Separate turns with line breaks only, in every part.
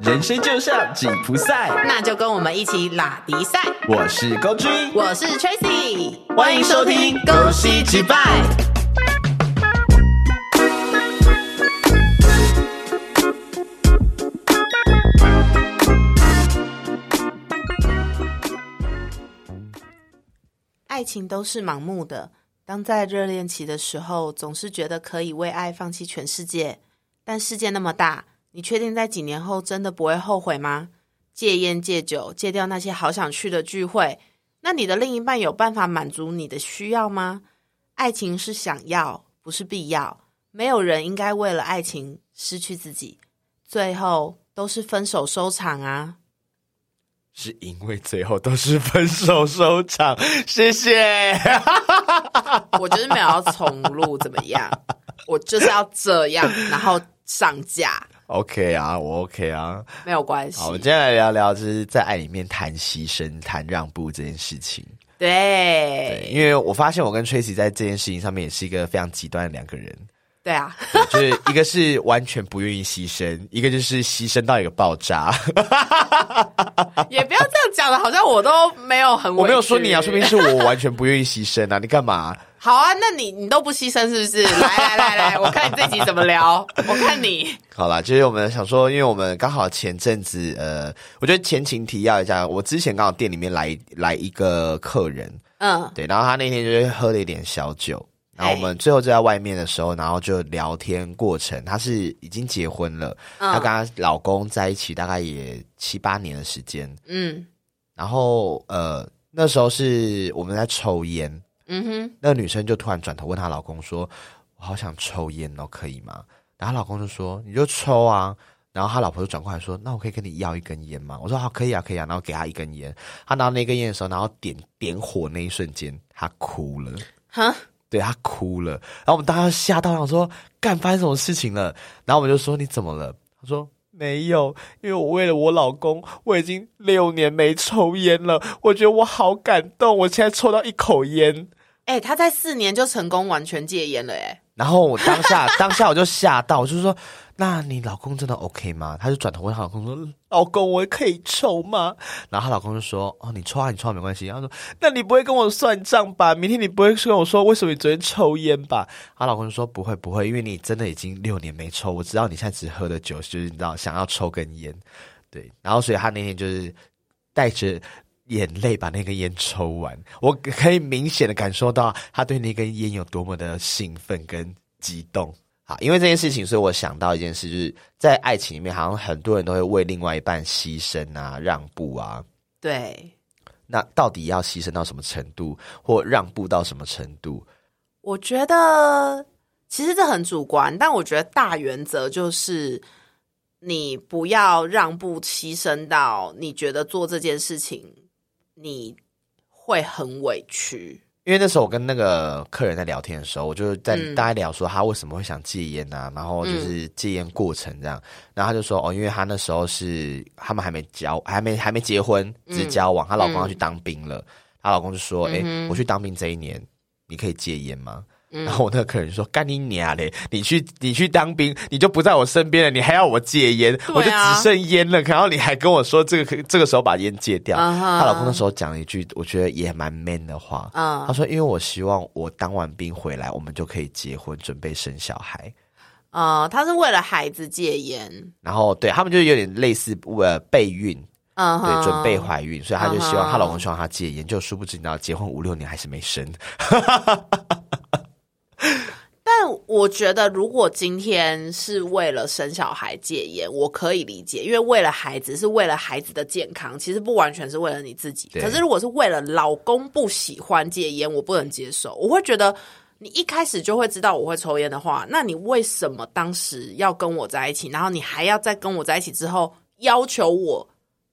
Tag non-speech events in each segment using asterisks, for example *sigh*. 人生就像紧箍赛，
那就跟我们一起拉迪赛。
我是高君，
我是 Tracy，
欢迎收听
《
恭喜击败》。
爱情都是盲目的，当在热恋期的时候，总是觉得可以为爱放弃全世界。但世界那么大，你确定在几年后真的不会后悔吗？戒烟戒酒，戒掉那些好想去的聚会，那你的另一半有办法满足你的需要吗？爱情是想要，不是必要。没有人应该为了爱情失去自己，最后都是分手收场啊！
是因为最后都是分手收场，谢谢。
我就是没有要重录，怎么样？我就是要这样，然后上架，
OK 啊，我 OK 啊。
没有关系
好，我。们今天来聊聊，就是在爱里面谈牺牲、谈让步这件事情。对，
对
因为我发现我跟 Tracy 在这件事情上面也是一个非常极端的两个人，
对啊，
对就是一个是完全不愿意牺牲，一个就是牺牲到一个爆炸。
也不要这样讲的，好像我都没有很委屈
我没有说你啊，说明是我完全不愿意牺牲啊，你干嘛？
好啊，那你你都不牺牲是不是？来来来来，我看你这集怎么聊，我看你
好啦，就是我们想说，因为我们刚好前阵子，呃，我觉得前情提要一下，我之前刚好店里面来来一个客人，
嗯
对，然后他那天就是喝了一点小酒，然后我们最后就在外面的时候，然后就聊天过程，他是已经结婚了，她跟
嗯
她老公在一起大概也七八年的时间，
嗯
然后呃，那时候是我们在抽烟，
嗯哼，
那个女生就突然转头问她老公说：“我好想抽烟哦，可以吗？”然后她老公就说：“你就抽啊。”然后她老婆就转过来说：“那我可以跟你要一根烟吗？”我说：“好，可以啊，可以啊。”然后给她一根烟，她拿到那根烟的时候，然后点点火那一瞬间，她哭了。
哈，
对她哭了，然后我们当时吓到，想说干发生什么事情了？然后我们就说你怎么了？她说没有，因为我为了我老公，我已经六年没抽烟了，我觉得我好感动，我现在抽到一口烟。
哎、他在四年就成功完全戒烟了、哎，
然后我当下 *laughs* 当下我就吓到，我就说：“那你老公真的 OK 吗？”她就转头问她老公说：“老公，我可以抽吗？”然后她老公就说：“哦，你抽啊，你抽啊，没关系。”她说：“那你不会跟我算账吧？明天你不会跟我说为什么你昨天抽烟吧？”她老公就说：“不会，不会，因为你真的已经六年没抽，我知道你现在只喝的酒，就是你知道想要抽根烟，对。然后所以她那天就是带着。”眼泪把那根烟抽完，我可以明显的感受到他对那根烟有多么的兴奋跟激动。好，因为这件事情，所以我想到一件事，就是在爱情里面，好像很多人都会为另外一半牺牲啊、让步啊。
对，
那到底要牺牲到什么程度，或让步到什么程度？
我觉得其实这很主观，但我觉得大原则就是你不要让步、牺牲到你觉得做这件事情你会很委屈。
因为那时候我跟那个客人在聊天的时候，我就在
嗯
大家聊说他为什么会想戒烟啊，然后就是戒烟过程这样，然后他就说哦，因为他那时候是他们还没交，还没还没结婚，只是交往，她老公要去
嗯
当兵了，她、老公就说，哎、我去当兵这一年，你可以戒烟吗？
嗯
然后我那个客人说：“干你娘嘞！你去你去当兵，你就不在我身边了，你还要我戒烟，
啊
我就只剩烟了。然后你还跟我说这个可这个时候把烟戒掉。
啊哈
她老公那时候讲了一句，我觉得也蛮 man 的话。
嗯
他说：“因为我希望我当完兵回来，我们就可以结婚，准备生小孩。
呃，他是为了孩子戒烟，”
然后对他们就有点类似呃备孕，
嗯
对，
哼，
准备怀孕，所以她就希望
啊哈
她老公希望她戒烟，就殊不知你知道结婚五六年还是没生。
但我觉得，如果今天是为了生小孩戒烟，我可以理解，因为为了孩子是为了孩子的健康，其实不完全是为了你自己。
对
可是如果是为了老公不喜欢戒烟，我不能接受，我会觉得。你一开始就会知道我会抽烟的话，那你为什么当时要跟我在一起？然后你还要在跟我在一起之后要求我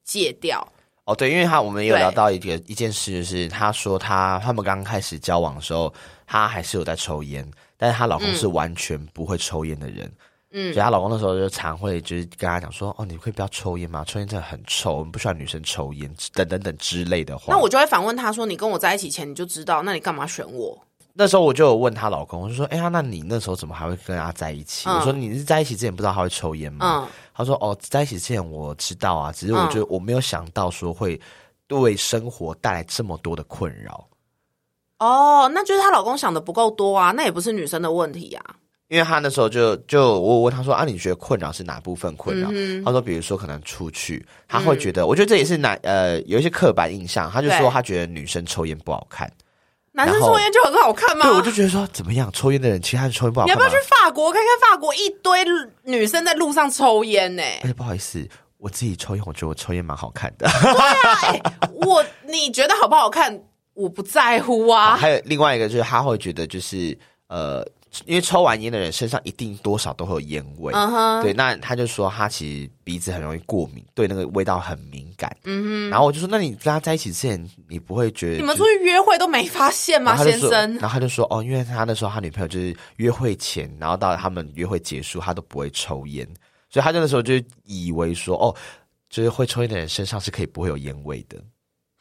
戒掉？
哦，对，因为她我们也有
对
聊到一个一件事，就是她说她他们刚开始交往的时候，她还是有在抽烟，但是她老公是完全不会抽烟的人，
嗯
所以她老公那时候就常会就是跟她讲说，哦，你可以不要抽烟吗？抽烟真的很臭，我们不喜欢女生抽烟，等等等之类的话。
那我就会反问他说：“你跟我在一起前你就知道，那你干嘛选我？”
那时候我就有问她老公，我就说：“哎、呀，那你那时候怎么还会跟她在一起？”
嗯
我说：“你是在一起之前不知道她会抽烟吗？”
嗯
她说：“哦，在一起之前我知道啊，只是我觉得我没有想到说会对生活带来这么多的困扰，
哦，那就是她老公想的不够多啊，那也不是女生的问题啊。
因为她那时候就就我有问她说：‘啊，你觉得困扰是哪部分困扰？’
嗯哼，嗯
她说：“比如说可能出去，她会觉得，我觉得这也是男呃有一些刻板印象，她就
对
说她觉得女生抽烟不好看。”
男生
然后
抽烟就很好看吗？
对，我就觉得说怎么样，抽烟的人其他人抽烟不好
你要
看
不
吗？
要去法国看看？法国一堆女生在路上抽烟呢、
而且哎不好意思，我自己抽烟，我觉得我抽烟蛮好看的。
我你觉得好不好看？我不在乎啊。
哦还有另外一个就是，他会觉得就是呃，因为抽完烟的人身上一定多少都会有烟味。
嗯哼，
对，那他就说他其实鼻子很容易过敏，对那个味道很敏感。嗯哼，然后我就说，那你跟他在一起之前，你不会觉得
你们
就
出去约会都没发现吗，
然啊后他就
啊先
说，
生
然？后他就说，哦，因为他那时候他女朋友就是约会前，然后到他们约会结束，他都不会抽烟，所以他那个时候就以为说，哦，就是会抽烟的人身上是可以不会有烟味的。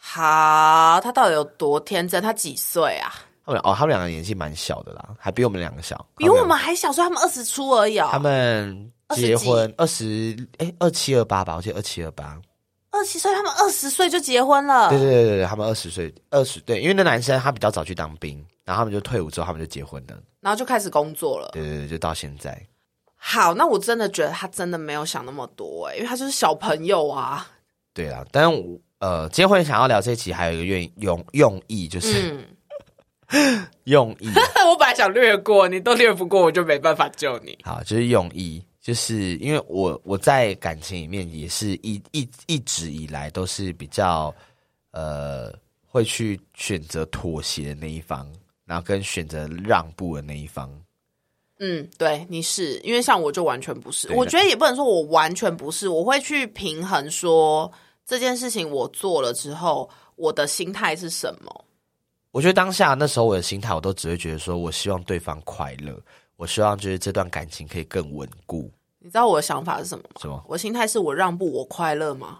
好，他到底有多天真？他几岁啊？
他们哦，他们两个年纪蛮小的啦，还比我们两个小，
比我们还小，所以他们二十出而已、哦。
他们
二十
结婚二十哎二七二八吧，我记得二七二八，
二十岁，他们二十岁就结婚了。
对对对对对，他们二十岁二十对，因为那男生他比较早去当兵，然后他们就退伍之后他们就结婚了，
然后就开始工作了。
对对对，就到现在。
好，那我真的觉得他真的没有想那么多、哎，因为他就是小朋友啊。
对啦，但是我呃，今天会想要聊这一期，还有一个愿用用意，就是、
嗯，
*laughs*
*laughs*
用意，
我本来想略过，你都略不过，我就没办法救你。
好，就是用意，就是因为我我在感情里面也是一一一直以来都是比较呃会去选择妥协的那一方，然后跟选择让步的那一方，
嗯，对，你是因为像我就完全不是，
对
我
那
觉得也不能说我完全不是，我会去平衡说这件事情我做了之后，我的心态是什么。
我觉得当下那时候我的心态，我都只会觉得说我希望对方快乐，我希望就是这段感情可以更稳固，
你知道我的想法是什么吗？
什么？
我心态是我让步，我快乐 *laughs* 吗？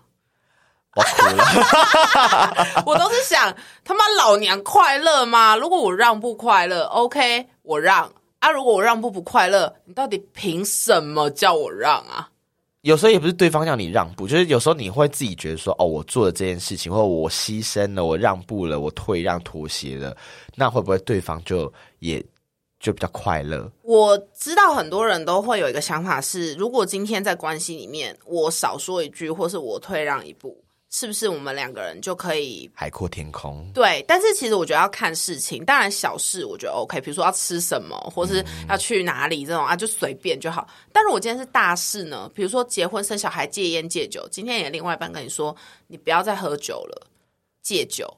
我哭了。
我都是想他妈老娘快乐吗？如果我让不快乐，OK，我让啊。如果我让步不快乐，你到底凭什么叫我让啊？
*laughs* 有时候也不是对方要你让步，就是有时候你会自己觉得说，哦，我做了这件事情，或者我牺牲了，我让步了，我退让妥协了，那会不会对方就也就比较快乐？
我知道很多人都会有一个想法是，如果今天在关系里面我少说一句，或是我退让一步，是不是我们两个人就可以
海阔天空，
对，但是其实我觉得要看事情，当然小事我觉得 OK，比如说要吃什么，或是要去哪里这种啊，就随便就好。但是我今天是大事呢，比如说结婚、生小孩、戒烟、戒酒，今天你的另外一半跟你说，你不要再喝酒了，戒酒。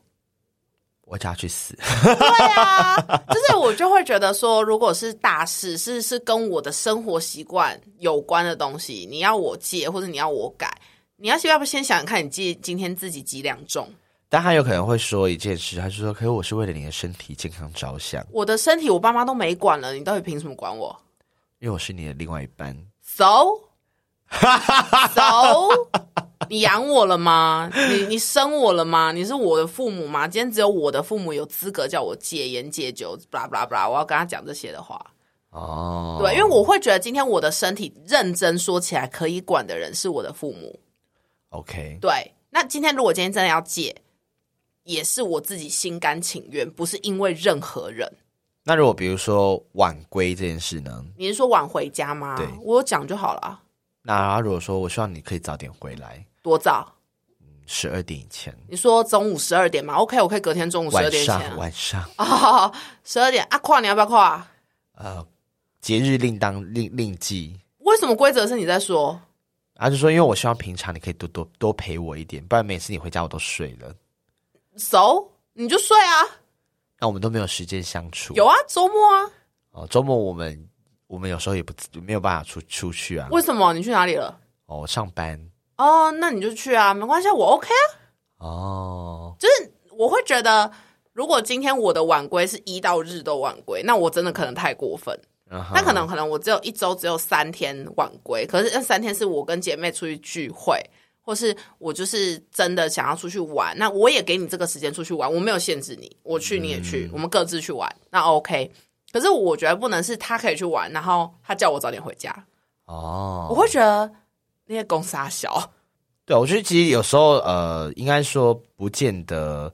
我叫他去死。 *laughs*
对啊，就是我就会觉得说，如果是大事，是是跟我的生活习惯有关的东西，你要我戒或者你要我改，你要先要不先想想看你戒今天自己几两重。
但他有可能会说一件事，他就说，可是我是为了你的身体健康着想，
我的身体我爸妈都没管了，你到底凭什么管我？
因为我是你的另外一半。
*laughs* So，so，你养我了吗？你你生我了吗？你是我的父母吗？今天只有我的父母有资格叫我戒烟戒酒，blah blah blah，我要跟他讲这些的话。
哦，
对，因为我会觉得今天我的身体认真说起来可以管的人是我的父母。
OK，
对，那今天如果今天真的要戒，也是我自己心甘情愿，不是因为任何人。
那如果比如说晚归这件事呢？
你是说晚回家吗
对？
我有讲就好了啊，
那他如果说我希望你可以早点回来，
多早？
十二点以前，
你说中午十二点吗？OK，我可以隔天中午十二
晚
点前
上
啊。
晚上。
哦， *laughs* 十二点啊，跨你要不要跨？
呃，节日另当另另计。
为什么规则是你在说？
他就说，因为我希望平常你可以多多多陪我一点，不然每次你回家我都睡了，
熟你就睡啊，
那我们都没有时间相处。
有啊，周末啊。
哦，周末我们我们有时候也不没有办法出出去啊。
为什么你去哪里了？
哦，我上班
哦，那你就去啊，没关系啊，我 OK 啊。
哦，
我会觉得，如果今天我的晚归是一到日都晚归，那我真的可能太过分。那
那
可能可能我只有一周只有三天晚归，可是那三天是我跟姐妹出去聚会，或是我就是真的想要出去玩，那我也给你这个时间出去玩，我没有限制你，我去你也去，我们各自去玩，那 OK。可是我觉得不能是他可以去玩，然后他叫我早点回家，
哦，
我会觉得那些公司啊小，
对，我觉得其实有时候呃，应该说不见得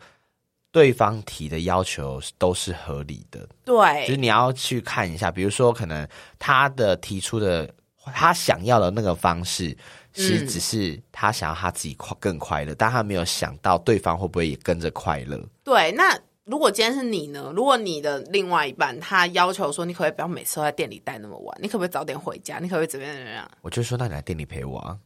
对方提的要求都是合理的，就是
对
你要去看一下，比如说可能他的提出的他想要的那个方式，其实
嗯
只是他想要他自己快更快乐，但他没有想到对方会不会也跟着快乐。
对。那如果今天是你呢？如果你的另外一半他要求说，你可不可以不要每次都在店里待那么晚？你可不可以早点回家？你可不可以怎么样怎么样？
我就说，那你来店里陪我啊，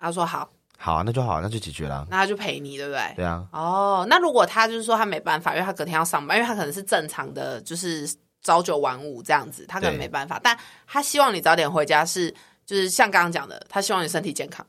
他说好，
好啊，那就好啊，那就解决啦。
那他就陪你，对不对？
对啊，
哦，那如果他就是说他没办法，因为他隔天要上班，因为他可能是正常的，就是朝九晚五这样子，他可能
对
没办法，但他希望你早点回家是，就是像刚刚讲的，他希望你身体健康。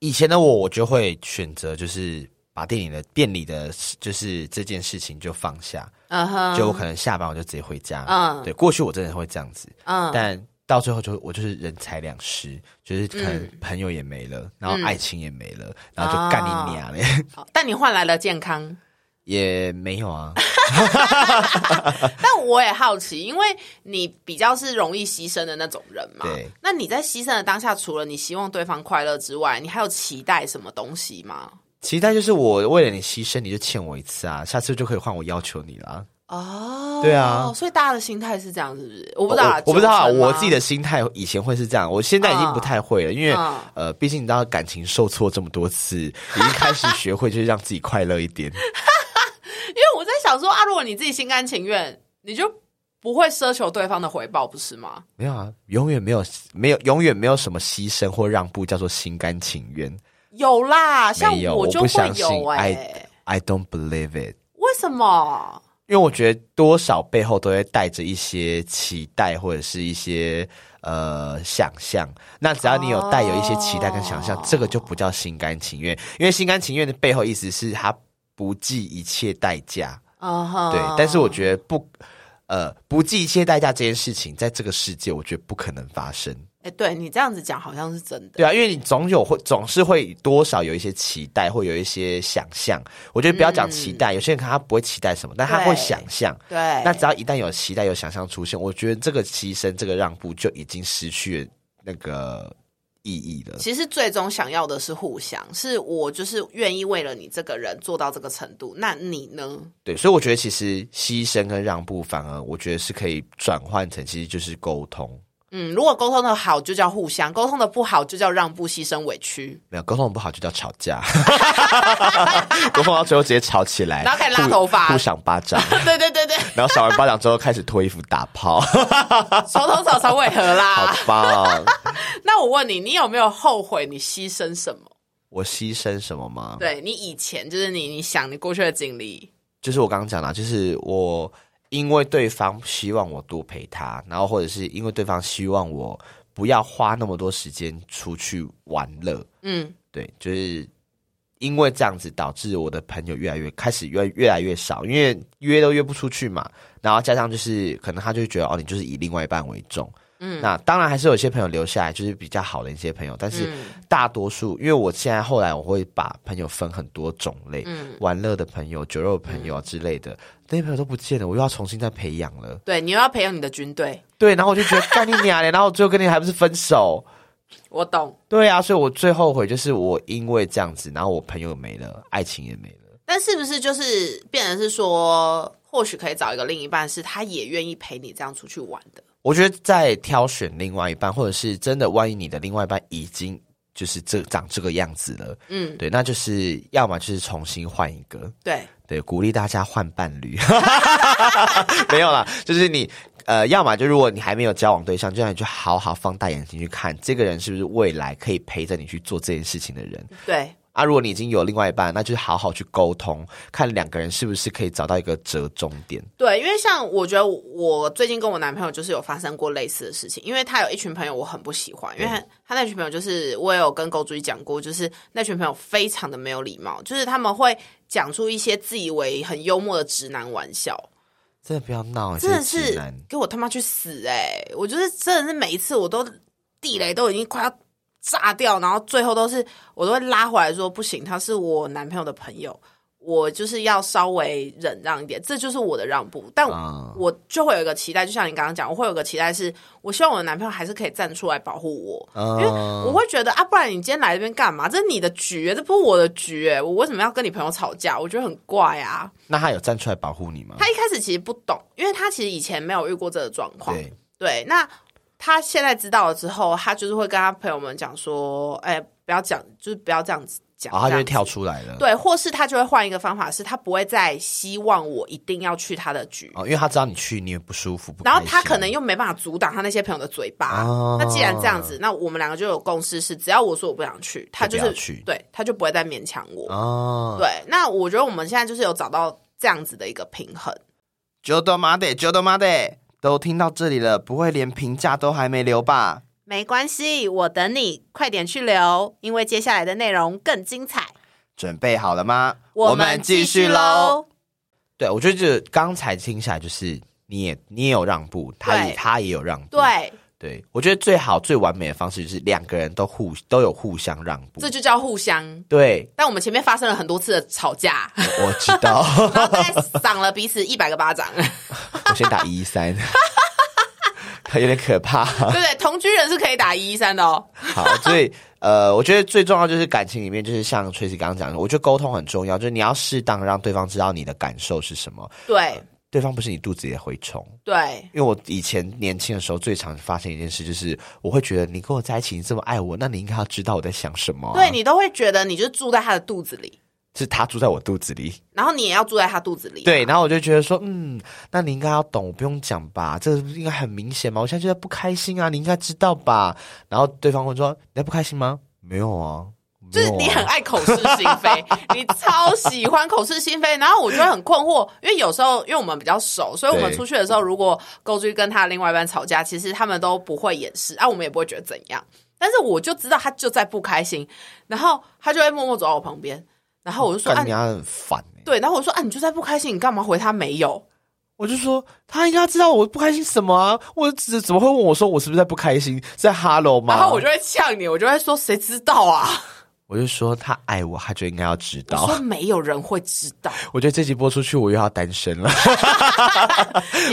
以前的我，我就会选择就是把店里的店里的就是这件事情就放下，
嗯哼，
就我可能下班我就直接回家。
嗯
对，过去我真的会这样子，
嗯，
但到最后就我就是人财两失，就是可能
嗯
朋友也没了，然后
嗯啊
爱情也没了，然后就干你娘嘞，
好但你换来了健
*laughs*
康。
也没有啊。
*laughs* 但我也好奇，因为你比较是容易牺牲的那种人嘛。
对。
那你在牺牲的当下，除了你希望对方快乐之外，你还有期待什么东西吗？
期待就是我为了你牺牲，你就欠我一次啊，下次就可以换我要求你啊啦。
哦，
对啊
所以大家的心态是这样，是不是？我不知道啊
我我不知道啊，
九成吗
我自己的心态以前会是这样，我现在已经不太会了，因为、
嗯
呃，毕竟你知道感情受挫这么多次，已经开始学会就是让自己快乐一点。
因为我在想说啊，如果你自己心甘情愿，你就不会奢求对方的回报，不是吗？
没有啊，永远没有没有永远没有什么牺牲或让步叫做心甘情愿。
有啦，像
没有
我
我
就
不
会
相信
有哎、
I don't believe it。
为什么？
因为我觉得多少背后都会带着一些期待或者是一些呃想象。那只要你有带有一些期待跟想象，
哦
这个就不叫心甘情愿。因为心甘情愿的背后意思是他不计一切代价，
嗯哼，
对。但是我觉得不呃不计一切代价这件事情，在这个世界我觉得不可能发生。
哎、对你这样子讲好像是真的。
对啊，因为你总有会总是会多少有一些期待，或有一些想象。我觉得不要讲期待，有些人可能他不会期待什么，但他会
嗯对
想象。
对，
那只要一旦有期待、有想象出现，我觉得这个牺牲、这个让步就已经失去了那个意义了。
其实最终想要的是互相，是我就是愿意为了你这个人做到这个程度，那你呢？
对，所以我觉得其实牺牲跟让步，反而我觉得是可以转换成，其实就是沟通。
嗯，如果沟通的好就叫互相，沟通的不好就叫让步、牺牲、委屈，
没有沟通不好就叫吵
*laughs*
架，沟通到最后直接吵起来，
然后开始拉
互
头发
互赏巴掌，
对对对对，
然后赏完巴掌之后开始脱衣服打炮，
手头手头尾合 *laughs* 啦，
好棒！
那我问你，你有没有后悔你牺牲什么？
我牺牲什么吗？
对你以前就是你，你想你过去的经历，
就是我刚刚讲啦，就是我因为对方希望我多陪他，然后或者是因为对方希望我不要花那么多时间出去玩乐，
嗯，
对，就是因为这样子导致我的朋友越来越开始越越来越少，因为约都约不出去嘛，然后加上就是可能他就会觉得哦，你就是以另外一半为重，嗯，那当然还是有一些朋友留下来，就是比较好的一些朋友，但是大多数因为我现在后来我会把朋友分很多种类，
嗯
玩乐的朋友、酒肉的朋友啊之类的，那些朋友都不见了，我又要重新再培养了，
对你又要培养你的军队，
对，然后我就觉得干你娘嘞，然后最后跟你还不是分手，
我懂。
对啊，所以我最后悔就是我因为这样子，然后我朋友没了，爱情也没了。
但是不是就是变成是说，或许可以找一个另一半，是他也愿意陪你这样出去玩的。
我觉得在挑选另外一半，或者是真的，万一你的另外一半已经就是这长这个样子了，
嗯，
对，那就是要么就是重新换一个，
对，
对，鼓励大家换伴侣， *laughs* 没有啦，就是你呃，要么就如果你还没有交往对象，就让你去好好放大眼睛去看这个人是不是未来可以陪着你去做这件事情的人，
对，
啊，如果你已经有另外一半，那就是好好去沟通，看两个人是不是可以找到一个折中点。
对，因为像我觉得我最近跟我男朋友就是有发生过类似的事情，因为他有一群朋友我很不喜欢，因为
嗯
他他那群朋友就是我也有跟狗主义讲过，就是那群朋友非常的没有礼貌，就是他们会讲出一些自以为很幽默的直男玩笑，
真的不要闹，
真的
这些直
是
男
欸给我他妈去死哎、我就是真的是每一次我都地雷都已经快要炸掉，然后最后都是我都会拉回来说不行，他是我男朋友的朋友，我就是要稍微忍让一点，这就是我的让步。但
啊
我就会有一个期待，就像你刚刚讲，我会有个期待是，我希望我的男朋友还是可以站出来保护我，
嗯
因为我会觉得啊，不然你今天来这边干嘛？这是你的局，这不是我的局，我为什么要跟你朋友吵架？我觉得很怪啊。
那他有站出来保护你吗？
他一开始其实不懂，因为他其实以前没有遇过这个状况，
对，
对，那他现在知道了之后，他就是会跟他朋友们讲说，哎、不要讲，就是不要这样子讲。
然啊哦后他就
这
会
样子
跳出来了。
对，或是他就会换一个方法，是他不会再希望我一定要去他的局，
哦，因为他知道你去，你也不舒服，不
然后
开心
他可能又没办法阻挡他那些朋友的嘴巴。
哦
那既然这样子，那我们两个就有共识是，只要我说我不想去，他
就不
就
要
是
去
对，他就不会再勉强我。
哦，
对，那我觉得我们现在就是有找到这样子的一个平衡。
就都妈的，就都妈的，都听到这里了，不会连评价都还没留吧？
没关系，我等你，快点去留，因为接下来的内容更精彩。
准备好了吗？。。对，我觉得这刚才听下来，就是你也你也有让步，他也
对
他也有让步，
对，啊
对，我觉得最好最完美的方式就是两个人都互都有互相让步
这。就叫互相。
对，
但我们前面发生了很多次的吵架，
我知道， *laughs*
然后大概赏了彼此一百个巴掌，对
我先打一三， *laughs* 有点可怕。
不对？同居人是可以打一一三的哦。
好，所以呃，我觉得最重要就是感情里面，就是像崔 r 刚刚讲的，我觉得沟通很重要，就是你要适当让对方知道你的感受是什么，
对
对方不是你肚子里的蛔虫。
对，
因为我以前年轻的时候，最常发生一件事就是，我会觉得你跟我在一起，你这么爱我，那你应该要知道我在想什么啊、
对你都会觉得你就是住在他的肚子里，
是他住在我肚子里，
然后你也要住在他肚子里。
对，然后我就觉得说，嗯，那你应该要懂，我不用讲吧，这应该很明显嘛，我现在就在不开心啊，你应该知道吧。然后对方会说，你在不开心吗？没有啊，
就
没
是
有啊
你很爱口是心非，
啊
*laughs* 你超喜欢口是心非，然后我就会很困惑，因为有时候因为我们比较熟，所以我们
对
出去的时候，如果勾追跟他另外一半吵架，其实他们都不会掩饰，啊，我们也不会觉得怎样，但是我就知道他就在不开心，然后他就会默默走到我旁边，然后我就说，啊
干，你啊很烦、欸。
对，然后我说，啊，你就在不开心，你干嘛回他没有？
我就说他应该要知道我不开心什么啊，我只怎么会问我说我是不是在不开心，在 hello 吗？
然后我就会呛你，我就会说，谁知道啊？
我就说他爱我，他就应该要知
我
道。
说没有人会知道。
我觉得这集播出去，我又要单身
*laughs*
了，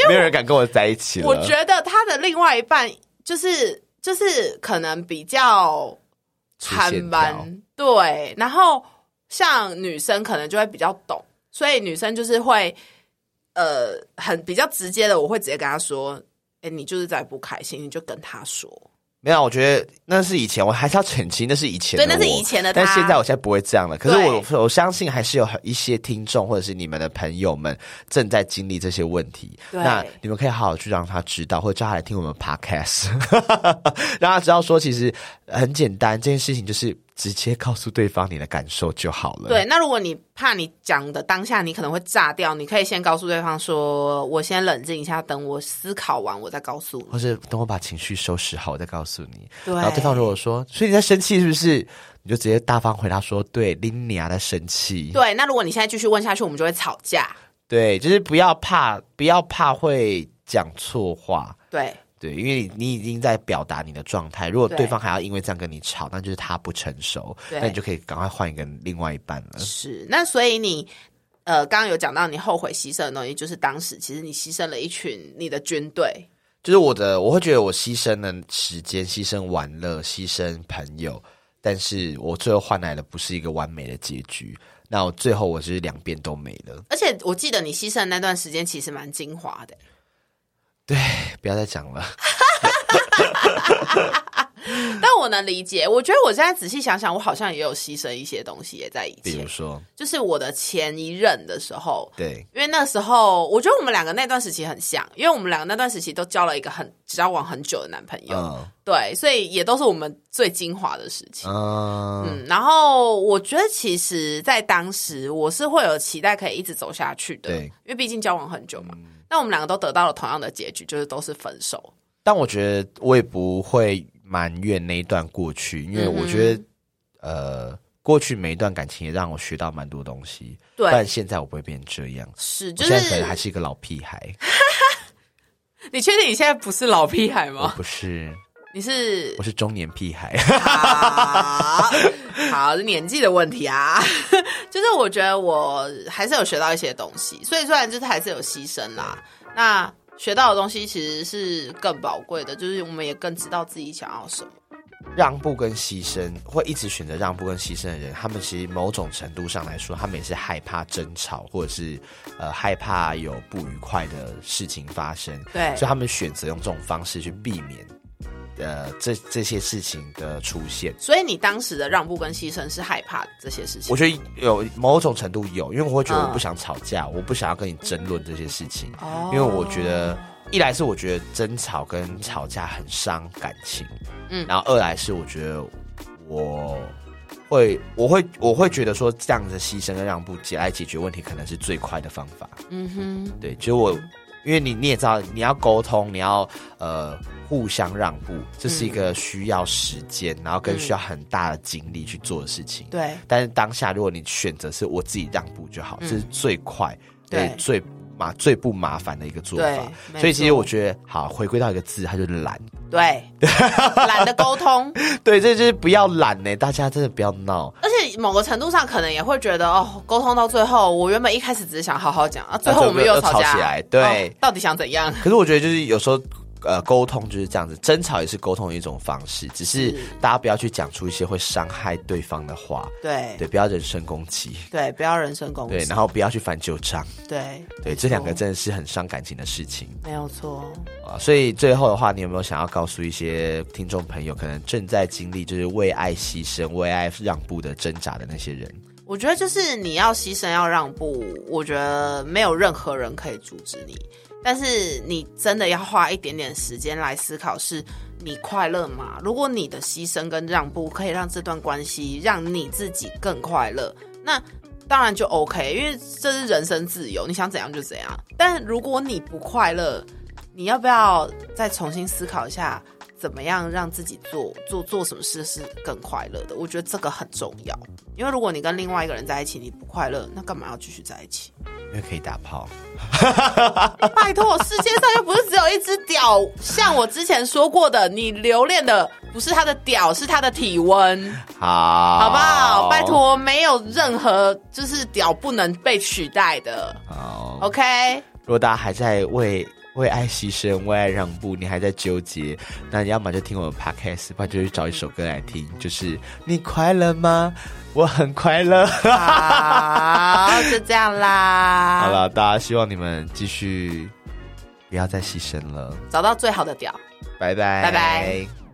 没有人敢跟我在一起了。
我觉得他的另外一半就是就是可能比较
粗
坦
线条
蛮对，然后像女生可能就会比较懂，所以女生就是会呃很比较直接的，我会直接跟她说：“哎、你就是在不开心，你就跟他说。
没有，我觉得那是以前，我还是要澄清，那是以前的我。
对那是以前的他
但现在我现在不会这样了。可是
对
我我相信还是有很一些听众或者是你们的朋友们正在经历这些问题。
对
那你们可以好好去让他知道，或者叫他来听我们 podcast，让他知道说其实很简单，这件事情就是直接告诉对方你的感受就好了。
对，那如果你怕你讲的当下你可能会炸掉，你可以先告诉对方说：“我先冷静一下，等我思考完我再告诉你。
或是等我把情绪收拾好，我再告诉你。
对
哦然后对方如果说，所以你在生气是不是？你就直接大方回答说，对，琳尼亚在生气。”
对，那如果你现在继续问下去，我们就会吵架。
对，就是不要怕，不要怕会讲错话。
对，
对，因为你你已经在表达你的状态，如果
对
对方还要因为这样跟你吵，那就是他不成熟，
对
那你就可以赶快换一个另外一半了。
是，那所以你呃，刚刚有讲到你后悔牺牲的东西，就是当时其实你牺牲了一群你的军队，
就是我的，我会觉得我牺牲了时间，牺牲玩乐，牺牲朋友，但是我最后换来的不是一个完美的结局。那我最后我就是两边都没了。
而且我记得你牺牲的那段时间其实蛮精华的。
不要再讲了，
但我能理解，我觉得我现在仔细想想，我好像也有牺牲一些东西，也在以
比
前
如，说，
就是我的前一任的时候。
对，
因为那时候，我觉得我们两个那段时期很像，因为我们两个那段时期都交了一个很交往很久的男朋友，
嗯
对，所以也都是我们最精华的时期。
嗯，
嗯，然后我觉得其实，在当时我是会有期待可以一直走下去的，
对嗯
因为毕竟交往很久嘛。那我们两个都得到了同样的结局，就是都是分手。
但我觉得我也不会埋怨那一段过去，因
嗯
为我觉得、呃，过去每一段感情也让我学到蛮多东西。
对
但现在我不会变成这样，
是，就
我现在可能还
是
是一个老屁孩，
你确定你现在不是老屁孩
我
吗？
不是。
你是
我是中年屁孩，
好，好，是年纪的问题啊。 *laughs* 就是我觉得我还是有学到一些东西，所以虽然就是还是有牺牲啦，那学到的东西其实是更宝贵的，就是我们也更知道自己想要什么。
让步跟牺牲会一直选择让步跟牺牲的人，他们其实某种程度上来说，他们也是害怕争吵，或者是呃害怕有不愉快的事情发生，
对
所以他们选择用这种方式去避免呃这这些事情的出现。
所以你当时的让步跟牺牲是害怕这些事情
我。觉得有某种程度有，因为我会觉得
嗯
我不想吵架，我不想要跟你争论这些事情，
哦
因为我觉得一来是我觉得争吵跟吵架很伤感情，
嗯
嗯，然后二来是我觉得我会我会我会觉得说这样的牺牲跟让步解来解决问题可能是最快的方法，
嗯哼，
对，就我因为你你也知道你要沟通，你要呃。互相让步，这是一个需要时间，然后跟需要很大的精力去做的事情。
对，
但是当下如果你选择是我自己让步就好，
嗯
这是最快
对
也最麻最不麻烦的一个做法
对。
所以其实
没错
我觉得，好回归到一个字，它就是懒。 *laughs*
对，懒得沟通，
对，这就是不要懒呢、大家真的不要闹。
而且某个程度上可能也会觉得哦，沟通到最后，我原本一开始只是想好好讲，啊，最后我们又
又
架，
吵起来对
哦到底想怎样？
可是我觉得就是有时候。呃，沟通就是这样子，争吵也是沟通的一种方式，只是
是
大家不要去讲出一些会伤害对方的话，
对
对，不要人身攻击，
对，不要人身攻
对，
击，
然后不要去翻旧账，
对
对，这两个真的是很伤感情的事情。
没有错。
啊，所以最后的话，你有没有想要告诉一些听众朋友，可能正在经历就是为爱牺牲、为爱让步的挣扎的那些人？
我觉得就是你要牺牲要让步，我觉得没有任何人可以阻止你，但是你真的要花一点点时间来思考，是你快乐吗？如果你的牺牲跟让步可以让这段关系让你自己更快乐，那当然就 OK，因为这是人生自由，你想怎样就怎样。但如果你不快乐，你要不要再重新思考一下，怎么样让自己做做做什么事是更快乐的？我觉得这个很重要，因为如果你跟另外一个人在一起，你不快乐，那干嘛要继续在一起？
因
*laughs*
为可以打炮，
拜托，世界上又不是只有一只屌，像我之前说过的，你留恋的不是他的屌，是他的体温。
好，
好不
哦
好？拜，托，没有任何就是屌不能被取代的。
好。
OK，
如果大家还在为为爱牺牲、为爱让步，你还在纠结，那你要么就听我的 podcast，不然就去找一首歌来听，就是你快乐吗？我很快乐。
好，就这样啦。
好，了，大家希望你们继续不要再牺牲了，
找到最好的屌。
拜拜，
拜拜。